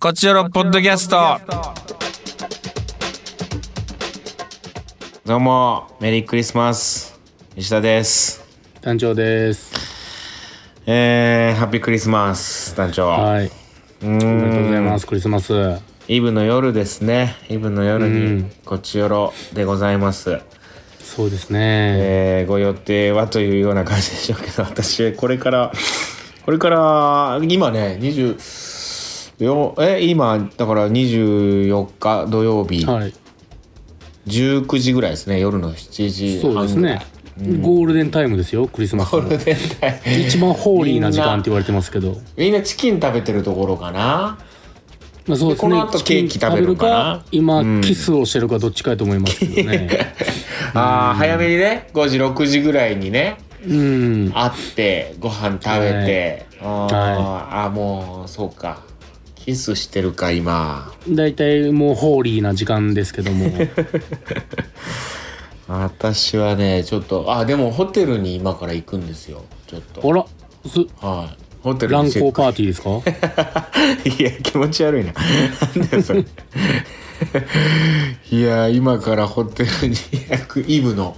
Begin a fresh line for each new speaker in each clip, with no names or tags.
こちらのポッドキャスト。
どうも、メリークリスマス。石田です。
団長です。
えー、ハッピークリスマス、団長。
はい。
うー
おめでとうござい
ん
ます。クリスマス。は
イブの夜ですね。イブの夜
う
に
ん、
こちよろでございます。
そうですね。
えー、ご予定はというような感じでしょうけど、私、これから、これから、今ね、20、よえ今だから24日土曜日、
はい。
19時ぐらいですね夜の7時半
そうですね。ゴールデンタイムですよ。クリスマス
ゴー
の。
ルデンタイム
一番ホーリーな時間って言われてますけど。
みんなチキン食べてるところかな
まあ、そうですね。
この後
チキン
ケーキ食べるのかな
食べるか今、キスをしてるかどっちかやと思いますけどね。
あー早めにね5時6時ぐらいにね
うん。
会ってご飯食べて、あー、
は
あーもうそうかキスしてるか今
大体もうホーリーな時間ですけど も。
私はねちょっとあでもホテルに今から行くんですよちょっと
あら、す、
はいホテル
乱
にチェ
行
ック
パーティーですか
いや気持ち悪いななんだよそれ いや今からホテルに約イブの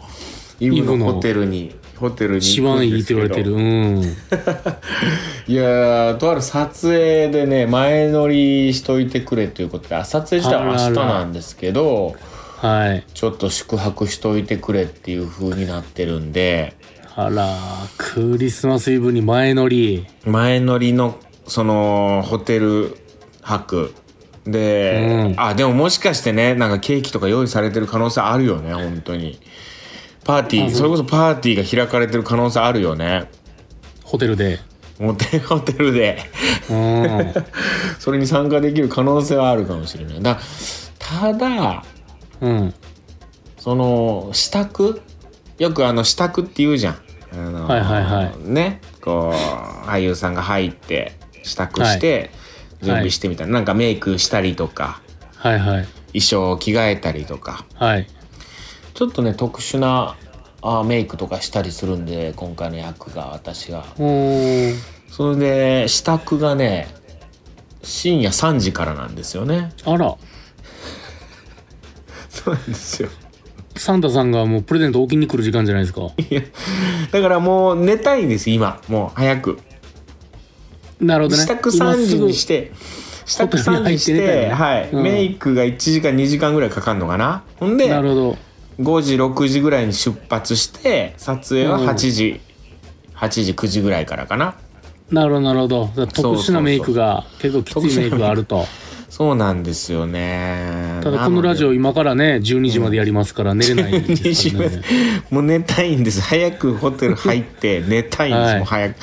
イブ
イブ
の
の
ホテルにホテルに
一
行く
番
ん
いい
で
っ
すけど
て言われてる。うん。
いやーとある撮影でね前乗りしといてくれということであ撮影したのは明日なんですけど
はい。
ちょっと宿泊しといてくれっていう風になってるんで
あら、クリスマスイブに前乗り。
前乗りのそのホテル泊で、
うん
あでももしかしてねなんかケーキとか用意されてる可能性あるよね本当にパーティーそれこそパーティーが開かれてる可能性あるよね
ホテルで。
ホテルホテルで
うん。
それに参加できる可能性はあるかもしれないだただ
うん。
その支度よくあの支度って言うじゃんあの
はいはいはい
ねこう俳優さんが入って支度して準備してみたいな、なんかメイクしたりとか
はいはい。
衣装を着替えたりとか
はい。
ちょっとね特殊なあメイクとかしたりするんで今回の役が私が
うーん。
それで支度がね深夜3時からなんですよね
あら、
そうなんですよ
サンタさんがもうプレゼント置きに来る時間じゃないですか。
だからもう寝たいんです今もう早く
なるほどね。。
支度3時にしてて支度
ホテル
3
に
時
入
に
っ
して
て寝た
て、
よね
はい
うん
メイクが1時間2時間ぐらいかかるのかなほんで
なるほど。
5時6時ぐらいに出発して撮影は8時、8時9時ぐらいからかな
なるほど、なるほど。だか
そ
ら
う
特
そうそ
殊
う
なメイクが、結構きついメイクがあると。
そうなんですよね
ただこのラジオ今からね、12時までやりますから寝れないですからね。
もう寝たいんです早くホテル入 って寝たいんです、
はい
もう早く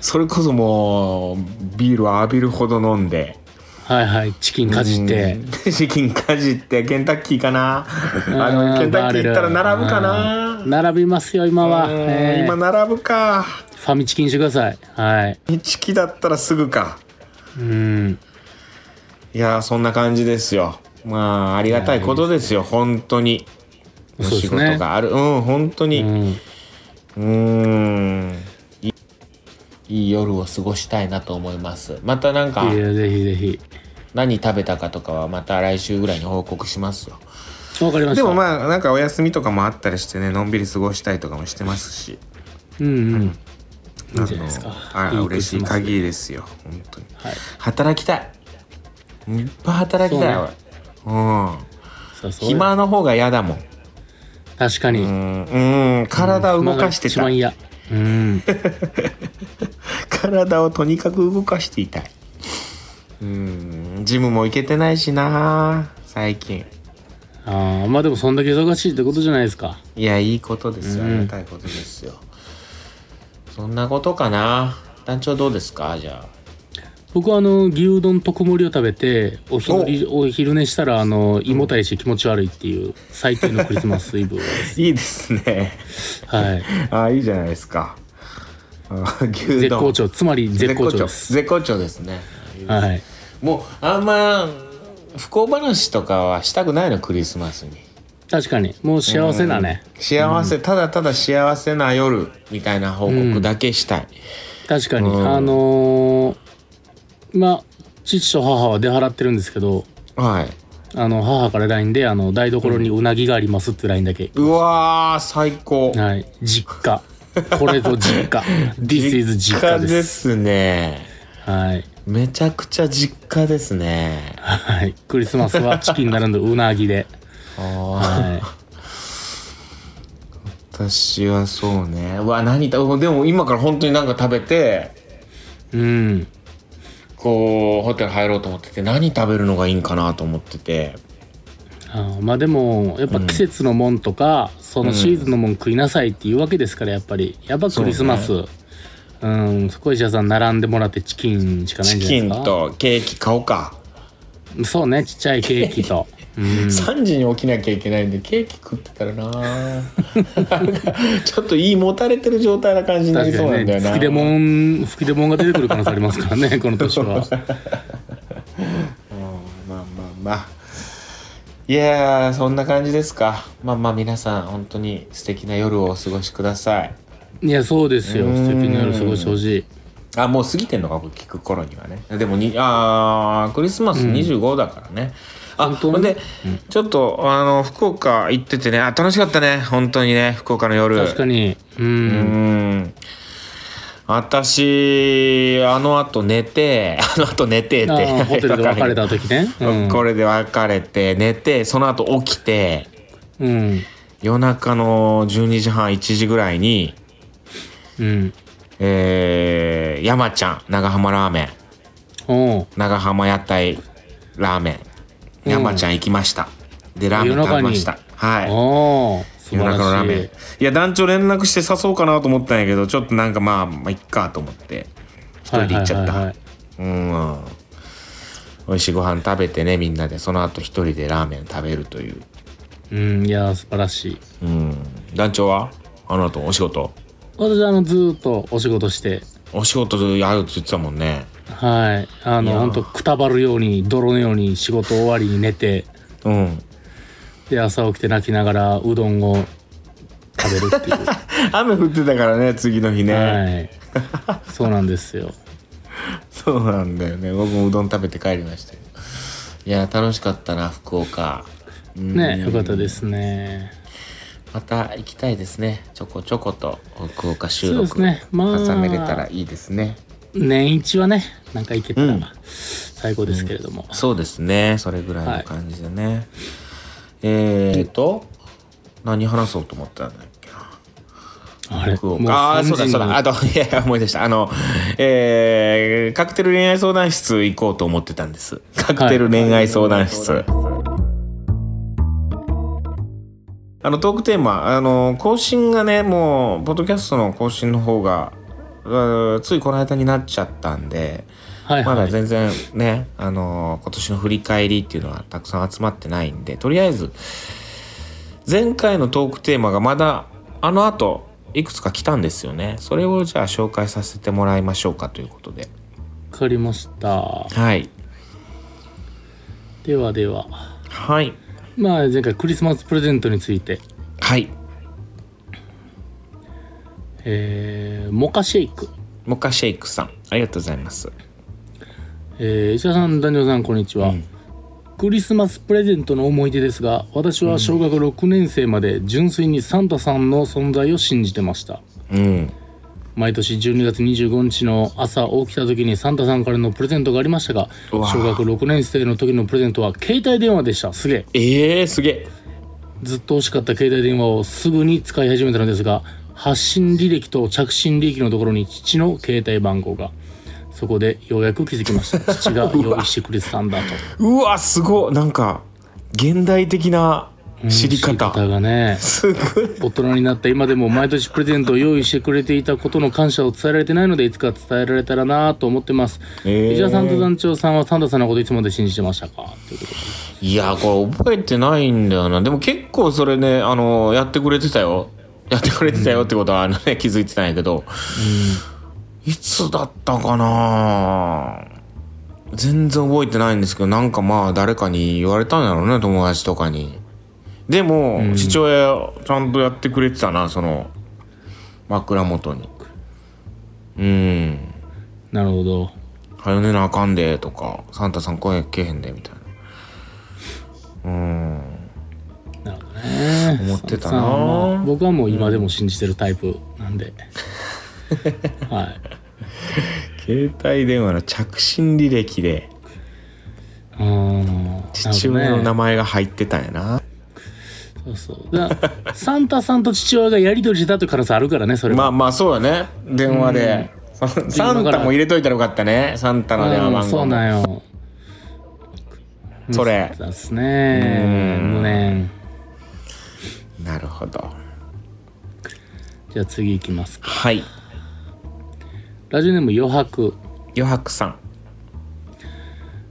それこそもうビールを浴びるほど飲んで
はいはい。チキンかじって。
うんチキンかじってケンタッキーかなあ
う
の
ん
ケンタッキー行ったら並ぶか
う
なん
並びますよ、今は。
うん
ええ
今並ぶか
ファミチキにしてください。はい。
日記だったらすぐか
うん。
いやーそんな感じですよまあありがたいことですよ本当にお
そうで
仕
す
事
ね
があるうん本当
う
に
ん。
うーんいいいい夜を過ごしたいなと思いますまたなんか
いや、ぜひぜひ。
何食べたかとかはまた来週ぐらいに報告しますよ
わかりまし
で
た。
もまあなんかお休みとかもあったりしてねのんびり過ごしたりとかもしてますし
うんうん。いい
あ
ん
の
じゃないですか。
あ
いい
嬉しい
クリスマスで
限りですよ本当に
はい。
働きたいいっぱい働きたい
そう
う,、
ねそうそ
ん
う
暇の方が嫌だもん
確かに。
うんうん体を動かしてた
暇が
い、
一番嫌。 うん。
体をとにかく動かしていたいうんジムも行けてないしな最近
ああ、まあでもそんだけ忙しいってことじゃないですか。
いやいいことですよ、
うん
ありがたいことですよそんなことかな団長どうですかじゃあ
僕はあの、牛丼特盛りを食べて、お昼寝、お昼寝したら、あの、胃もたれして気持ち悪いっていう、最低のクリスマスイブです。
いいですね
はい。
あいいじゃないですかあ牛
絶好
丼
調。つまり絶好調です。
絶好調絶好調ですね
はい。
もうあんま不幸話とかはしたくないのクリスマスに
確かに。もう幸せだね。
幸せ、ただただ幸せな夜みたいな報告だけしたい、
確かに。
うん
あのーまあ、父と母は出払ってるんですけど、
はい
あの、母から LINE で、あの、台所にうなぎがありますって LINE だけ。
うわー最高
はい。実家。これぞ実 家。This is 実家です。
すね
はい。
めちゃくちゃ実家ですね
はい。クリスマスはチキンならぬうなぎで。
あ
はい。
ー私はそうねうわ何食べでも今から本当になんか食べて
うん。
こうホテル入ろうと思ってて何食べるのがいいんかなと思ってて
あーまあでもやっぱ季節のもんとか、そのシーズンのもん食いなさいっていうわけですからやっぱりやっぱクリスマスう,、んそこ石田さん並んでもらってチキンしかない
チキ
んじゃないで
ン
すか
とケーキ買おうか、
そうねちっちゃいケーキと、 うん、
3時に起きなきゃいけないんでケーキ食ったらな なんかちょっといいもたれてる状態な感じになり
確か
そうなん
に
だよ
ね
な
吹き出もん吹き出もんが出てくる可能性ありますか らねこの年は
うんまあまあまあいやーそんな感じですかまあまあ皆さん本当に素敵な夜をお過ごしください
いやそうですよ
うん
素敵な夜過ごしてほしい
あもう過ぎてんのか僕聞く頃にはねでもにあークリスマス25だからね、あ
本当に
ほんで、ちょっとあの福岡行っててねあ楽しかったね本当にね福岡の夜
確かにう
うんん私あのあと寝て あのあと寝てって
あーホテルで別れた時ねうん、
これで別れて寝てその後起きて
うん
夜中の12時半1時ぐらいに、
うん、
えー、山ちゃん長浜ラーメン
おう
長浜屋台ラーメ
う
ン
ん
山ちゃん行きました、でラーメン食べましたはい
おう素
夜
晴ら
中のラーメ
し
ン
い
いや団長連絡して誘おうかなと思ったんやけどちょっとなんかまあまあいっかと思って一人で行っちゃった、
はいはいはいはい
うん美味しいご飯食べてねみんなでその後一人でラーメン食べるという
うん、いやー素晴らしい。
うん団長はあの後お仕事
私あのずーっとお仕事して、
お仕事やるって言ってたもんね
はい、あ
い
の
やー
本当くたばるように泥のように仕事終わりに寝て、
うん
で朝起きて泣きながらうどんを食べるっていう。
雨降ってたからね次の日ね、
はい、そうなんですよ。
そうなんだよね僕もうどん食べて帰りましたよいや楽しかったな福岡うん
ね、よかったですね。
また行きたいですねちょこちょこと福岡収
そうで
録
すねまあ
挟めれたらいいですね、
年一はね、なんか行けた
う
ら
ん
最高ですけれども。
そうですねそれぐらいの感じでね、えーと何話そうと思ったんだっけな
あれ、
福
もう
岡ああー
3
そうだ
時
そうだあ
に
といやいや思い出したあのえー、カクテル恋愛相談室行こうと思ってたんですカクテル恋愛相談室、あのトークテーマあの更新がねもうポッドキャストの更新の方がうーついこの間になっちゃったんで
はい
ま
は
だ
い。
全然ね、あのー今年の振り返りっていうのはたくさん集まってないんで、とりあえず、前回のトークテーマがまだ、あの後、いくつか来たんですよね。それをじゃあ紹介させてもらいましょうかということで。
わかりました。
はい。
ではでは。
はい。
まあ前回クリスマスプレゼントについて。
はい。
えー、モカシェイク。
モカシェイクさん、ありがとうございます。
えー、石田さん、男女さん、こんにちは、クリスマスプレゼントの思い出ですが、私は小学6年生まで純粋にサンタさんの存在を信じてました。
うん。
毎年12月25日の朝起きた時にサンタさんからのプレゼントがありましたが、
うわ
小学6年生の時のプレゼントは携帯電話でした。すげえ。
ええー、すげえ。
ずっと欲しかった携帯電話をすぐに使い始めたのですが発信履歴と着信履歴のところに父の携帯番号がそこでようやく気づきました父が用意してくれてたんだと
うわ、すごい。なんか、現代的な知り方。
方がね
すごい。
大人になった今でも毎年プレゼントを用意してくれていたことの感謝を伝えられてないのでいつか伝えられたらなと思ってます
えー
石田さんと団長さんはサンタさんのこといつまで信じてましたかということで
いやこれ覚えてないんだよなでも結構それねあのやってくれてたよやってくれてたよってことはあの、ね、 気づいてたんやけど、いつだったかな全然覚えてないんですけどなんかまあ誰かに言われたんだろうね友達とかにでも、父親ちゃんとやってくれてたなその枕元にうん
なるほど
はよ寝なあかんで、とか、サンタさん声けえへんで、みたいな。うん。
なるほどね
思ってたな
さんはまあ僕はもう今でも信じてるタイプなんで、はい
携帯電話の着信履歴で、
うーん
父親の
な
名
る
前が入ってたんやな。
ほどねそうそうだからサンタさんと父親がやり取りしてたという可能性あるからねそれは
まあまあ、そうやね。電話で。サンタも入れといたらよかったね。サンタの電話
うん
番
そう
号も。
なんよ
それ。
そうですね無念
なるほど。
じゃあ次いきますか
はい。
ラジオネーム余白
余白さん。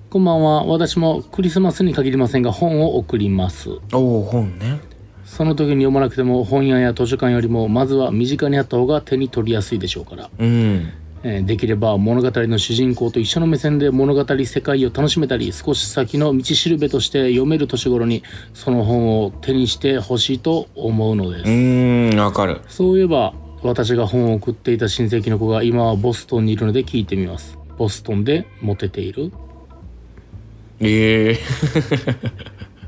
こんばんは私もクリスマスに限りませんが本を送ります
おお、本ね。
その時に読まなくても本屋や図書館よりもまずは身近にあった方が手に取りやすいでしょうから、
うん。
えーできれば物語の主人公と一緒の目線で物語世界を楽しめたり少し先の道しるべとして読める年頃にその本を手にしてほしいと思うのです
う、ーん、わかる。
そういえば私が本を送っていた親戚の子が今はボストンにいるので聞いてみますボストンでモテている
ええ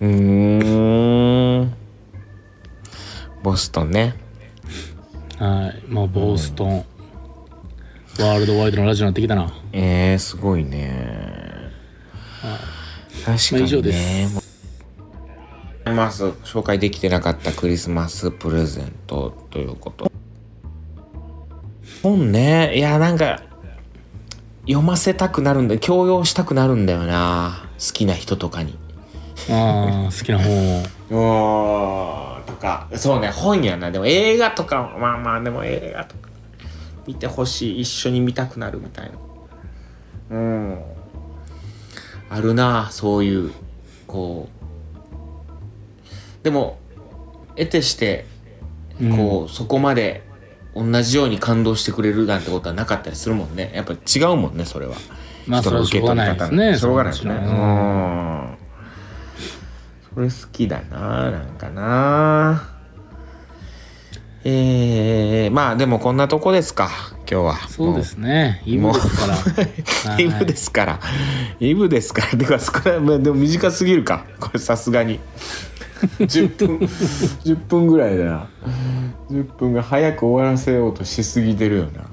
うーん。ボストンね。
はいまあボストン、ワールドワイドのラジオになってきたな
えー、すごいね。確か
まあ以上
に
で
ね
す。
まず紹介できてなかったクリスマスプレゼントということ。本ね。いや、なんか、読ませたくなるんだ。強要したくなるんだよな。好きな人とかに。
あー好きな本を
おーとかそうね本やなでも映画とかまあまあでも映画とか見てほしい一緒に見たくなるみたいなうんあるなそういうこうでも得てしてこう、そこまで同じように感動してくれるなんてことはなかったりするもんねやっぱ違うもんねそれは
まあそれはしょうがないですね
しょうがないですね。
そうれは
ん。それ好きだな、なんかな。えー、まあでもこんなとこですか、今日は。
そうですねイブ
もう
ですから
も
は
う。
い
イブですから。イブですから。てか、少ない、まあでも短すぎるか。これさすがに。10分、10分ぐらいだな。10分が早く終わらせようとしすぎてるよな。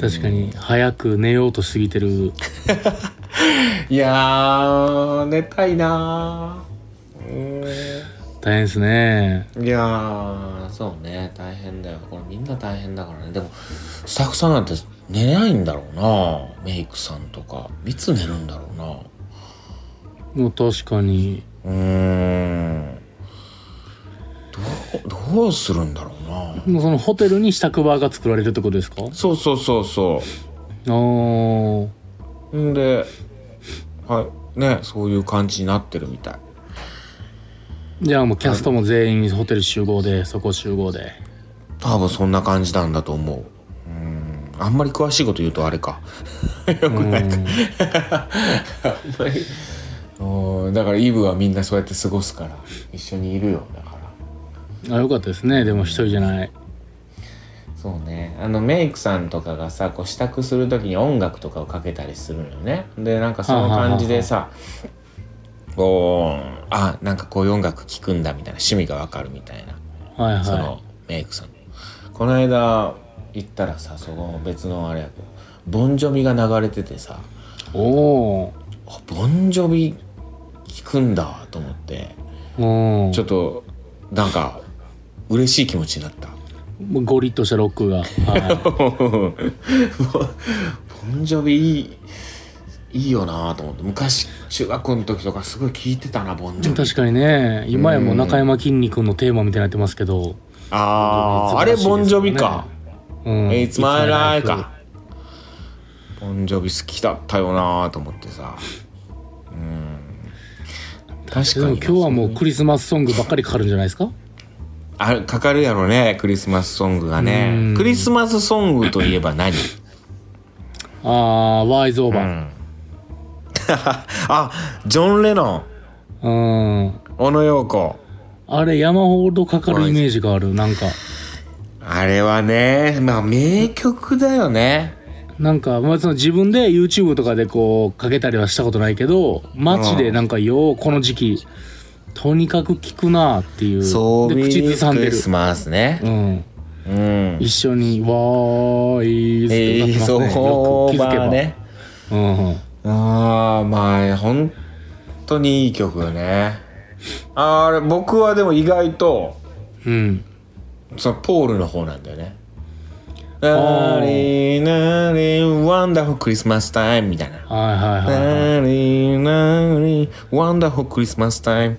確かに早く寝ようとしすぎてる
いやー、寝たいなー。うーん
大変ですね
いやーそうね大変だよこれみんな大変だからねでもスタッフさんなんて寝れないんだろうなメイクさんとかいつ寝るんだろうな
もう確かに
うーんどうどうするんだろうな
もうそのホテルに支度場が作られるってことですか
そうそうそうそ
おー
うんではいねそういう感じになってるみたい
じゃあもうキャストも全員ホテル集合でそこ集合で
多分そんな感じなんだと思ううんあんまり詳しいこと言うとあれか よくないかあんまり うんだからイブはみんなそうやって過ごすから一緒にいるよだから
あよかったですねでも一人じゃない
そうねあのメイクさんとかがさこう支度する時に音楽とかをかけたりするのよねでなんかその感じでさこうあなんかこういう音楽聴くんだみたいな趣味がわかるみたいな
はいはい
そのメイクさん、この間行ったらさそこの別のあれやけどボンジョビが流れててさ
お
あボンジョビ聞くんだと思って
ーお
ち
ち
ょ
ょ
っとなんか嬉しい気持ちになった
ゴリッとしたロックが、は
ボンジョビいいいいよなと思って昔中学校の時とかすごい聞いてたなボンジョ
い、
ビ
確かにね今やもう中山きんに君のテーマみたいになってますけど
あああれボンジョビか、
うん、
えいつま
It's
え
my
らい
life
か。ボンジョビ好きだったよなぁと思ってさ。うん。確
で
か
も
に。
今日はもうクリスマスソングばっかりかかるんじゃないですか
あれ、かかるやろね、クリスマスソングがね。クリスマスソングといえば何
ああワイズオー
う
バ
ん。 あ、ジョン・レノン、
ーうん、
小野洋子。
あれ山ほどかかるイメージがあるなんか
あれはね、まあ名曲だよね。
なんか、まあ、その自分で YouTube とかでこうかけたりはしたことないけど街でなんかようこの時期とにかく聞くなっていう
そう、
で口ずさんで
クリ
る、
スマスね
う。ん、
うん。
一緒に「わーい」って歌ってますね、よ
そ
く
う
気づけば、
ばね。
うんうん、
ああ、まあ、本当にいい曲よね。あれ、僕はでも意外と、
うん、
そのポールの方なんだよね。
あー
なになに、ワンダフルクリスマスタイムみたいな。
はいはいはい、はい、
なになに、ワンダフルクリスマスタイム。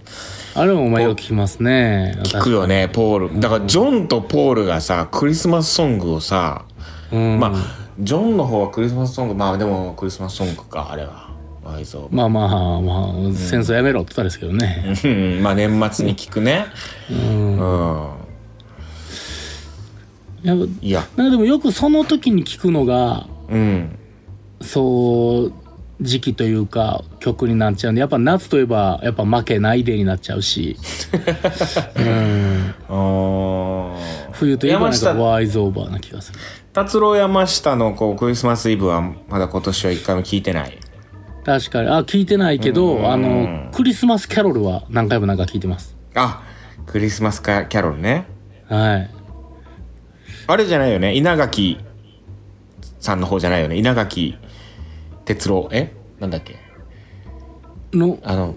あれもお前よく聞きますね
聞くよね、ポール。だから、ジョンとポールがさ、クリスマスソングをさ、
うん、
ま
まあ
あ、ジョンの方はクリスマスソング、まあでもクリスマスソングか、あれは。あいつを
まあまあまあ戦争やめろって言ったんですけどね、
うん まあ年末に聞くね。うん。
やっぱ
いや、
なんかでもよくその時に聞くのが
うん。
そう時期というか曲になっちゃうんでやっぱ夏といえばやっぱ負けないでになっちゃうしうん
あー
冬といえばなんか
山下
ワーイズオーバーな気がする
達郎山下のこうクリスマスイブはまだ今年は一回も聞いてない。
確かにあ聞いてないけどあのクリスマスキャロルは何回もなんか聞いてます
あ、クリスマスカキャロルね。
はい
あれじゃないよね。稲垣さんの方じゃないよね。稲垣哲郎。えなんだっけ
の
あの、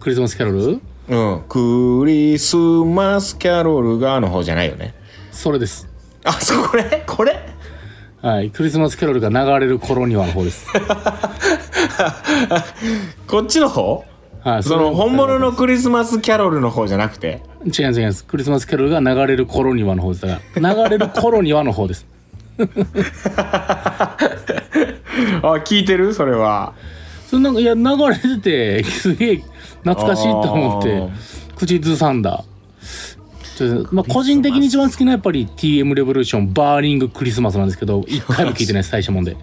クリスマスキャロル
うん。クリスマスキャロルがの方じゃないよね。
それです
あ、そう、これこれ
はいクリスマスキャロルが流れる頃にはの方です
こっちの方
はい
そ
れ
の本物のクリスマスキャロルの方じゃなくて
違います違いますクリスマスキャロルが流れる頃にはの方ですだから流れる頃にはの方です
あ聞いてるそれは
そのなんかいや流れててすげえ懐かしいと思って
あ
口ずさんだちょっとまあ個人的に一番好きなやっぱり TM レボリューションバーニングクリスマスなんですけど一回も聞いてないです大したもんで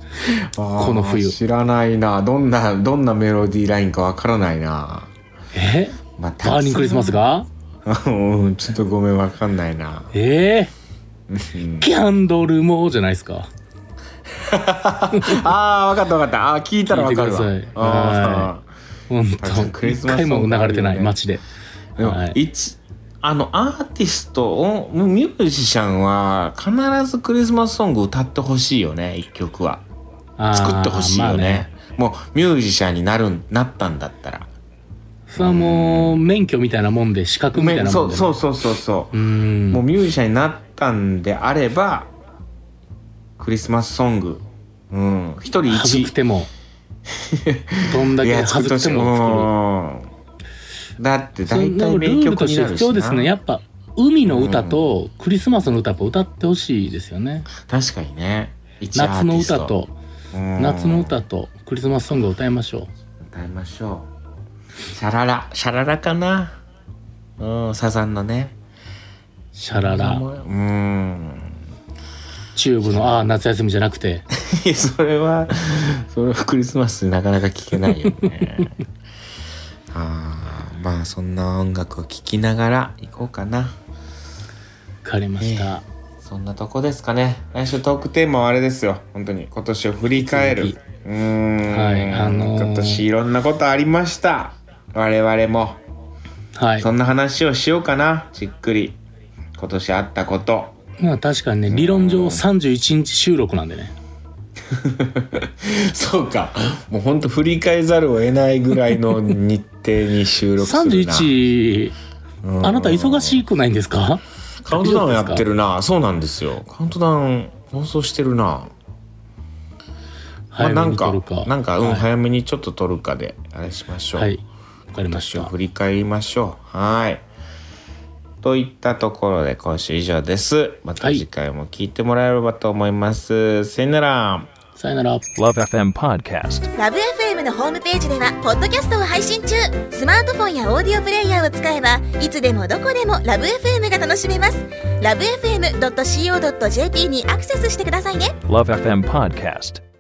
こ
の冬
知らないなどんなどんなメロディーラインかわからないな、
え
まあ、た
バーニングクリスマスが
うんちょっとごめんわかんないな
えー、キャンドルもじゃないですか
あーわかったわかったあー聞いたらわかるわ
聞いてください
あ
本
確かに
当
クリ
一
スマス
回も流れてな
ソングあるよね
い街で
ーでも、
はい
一あのアーティストをミュージシャンは必ずクリスマスソング歌ってほしいよね一曲は作ってほしい
あ
よ
ーまあ
ね,、もうミュージシャンになるんなったんだったら
それはもう免許みたいなもんで資格みたいなもんで、ね、
そうそうそうそうそう、
うん
もうミュージシャンになったんであればクリスマスソングうん一人
恥ず
一
くて もどんだけ恥ずくても
作るだって
作
大
るそんな
体
ル
名
ール
曲
とし
に
て
なる
必
し
要
な
ですねやっぱ海の歌とクリスマスの歌やっぱ歌ってほしいですよね、
確かにね一アー
夏
テ
の
ィスト
歌と
うん
夏の歌とクリスマスソングを歌いましょ
歌いましょうシャララシャララかなうんサザンのね
うシャララ
うん
チューブのああ夏休みじゃなくて
いやそれはそれはクリスマスになかなか聞けないよねあーまあそんな音楽を聴きながら行こうかな
分かりました、
そんなとこですかね来週トークテーマはあれですよ本当に今年を振り返る
引き続
うーん、
はいあのー
今年いろんなことありました我々も
はい
そんな話をしようかなじっくり今年あったこと
まあ確かにね理論上31日収録なんでね
そうかもうほんと振り返ざるを得ないぐらいの日程に収録す るな
31あなた忙しくないんですか
カウントダウンやってるなそうなんですよカウントダウン放送してるな、まあ、
早
な
め
ん
に
か
撮るか
なんか、うん
はい
早めにちょっと撮るかであれしましょう、
はいわかりまし
年を
た
振り返りましょうはいといったところで今週以上ですまた
はい
次回も聞いてもらえればと思います、さよなら
さよなら
Love FM Podcast.
ラブ f m のホームページではポッドキャストを配信中スマートフォンやオーディオプレイヤーを使えばいつでもどこでもラブ f m が楽しめますラブ FM.co.jp にアクセスしてくださいね
Love FM Podcast.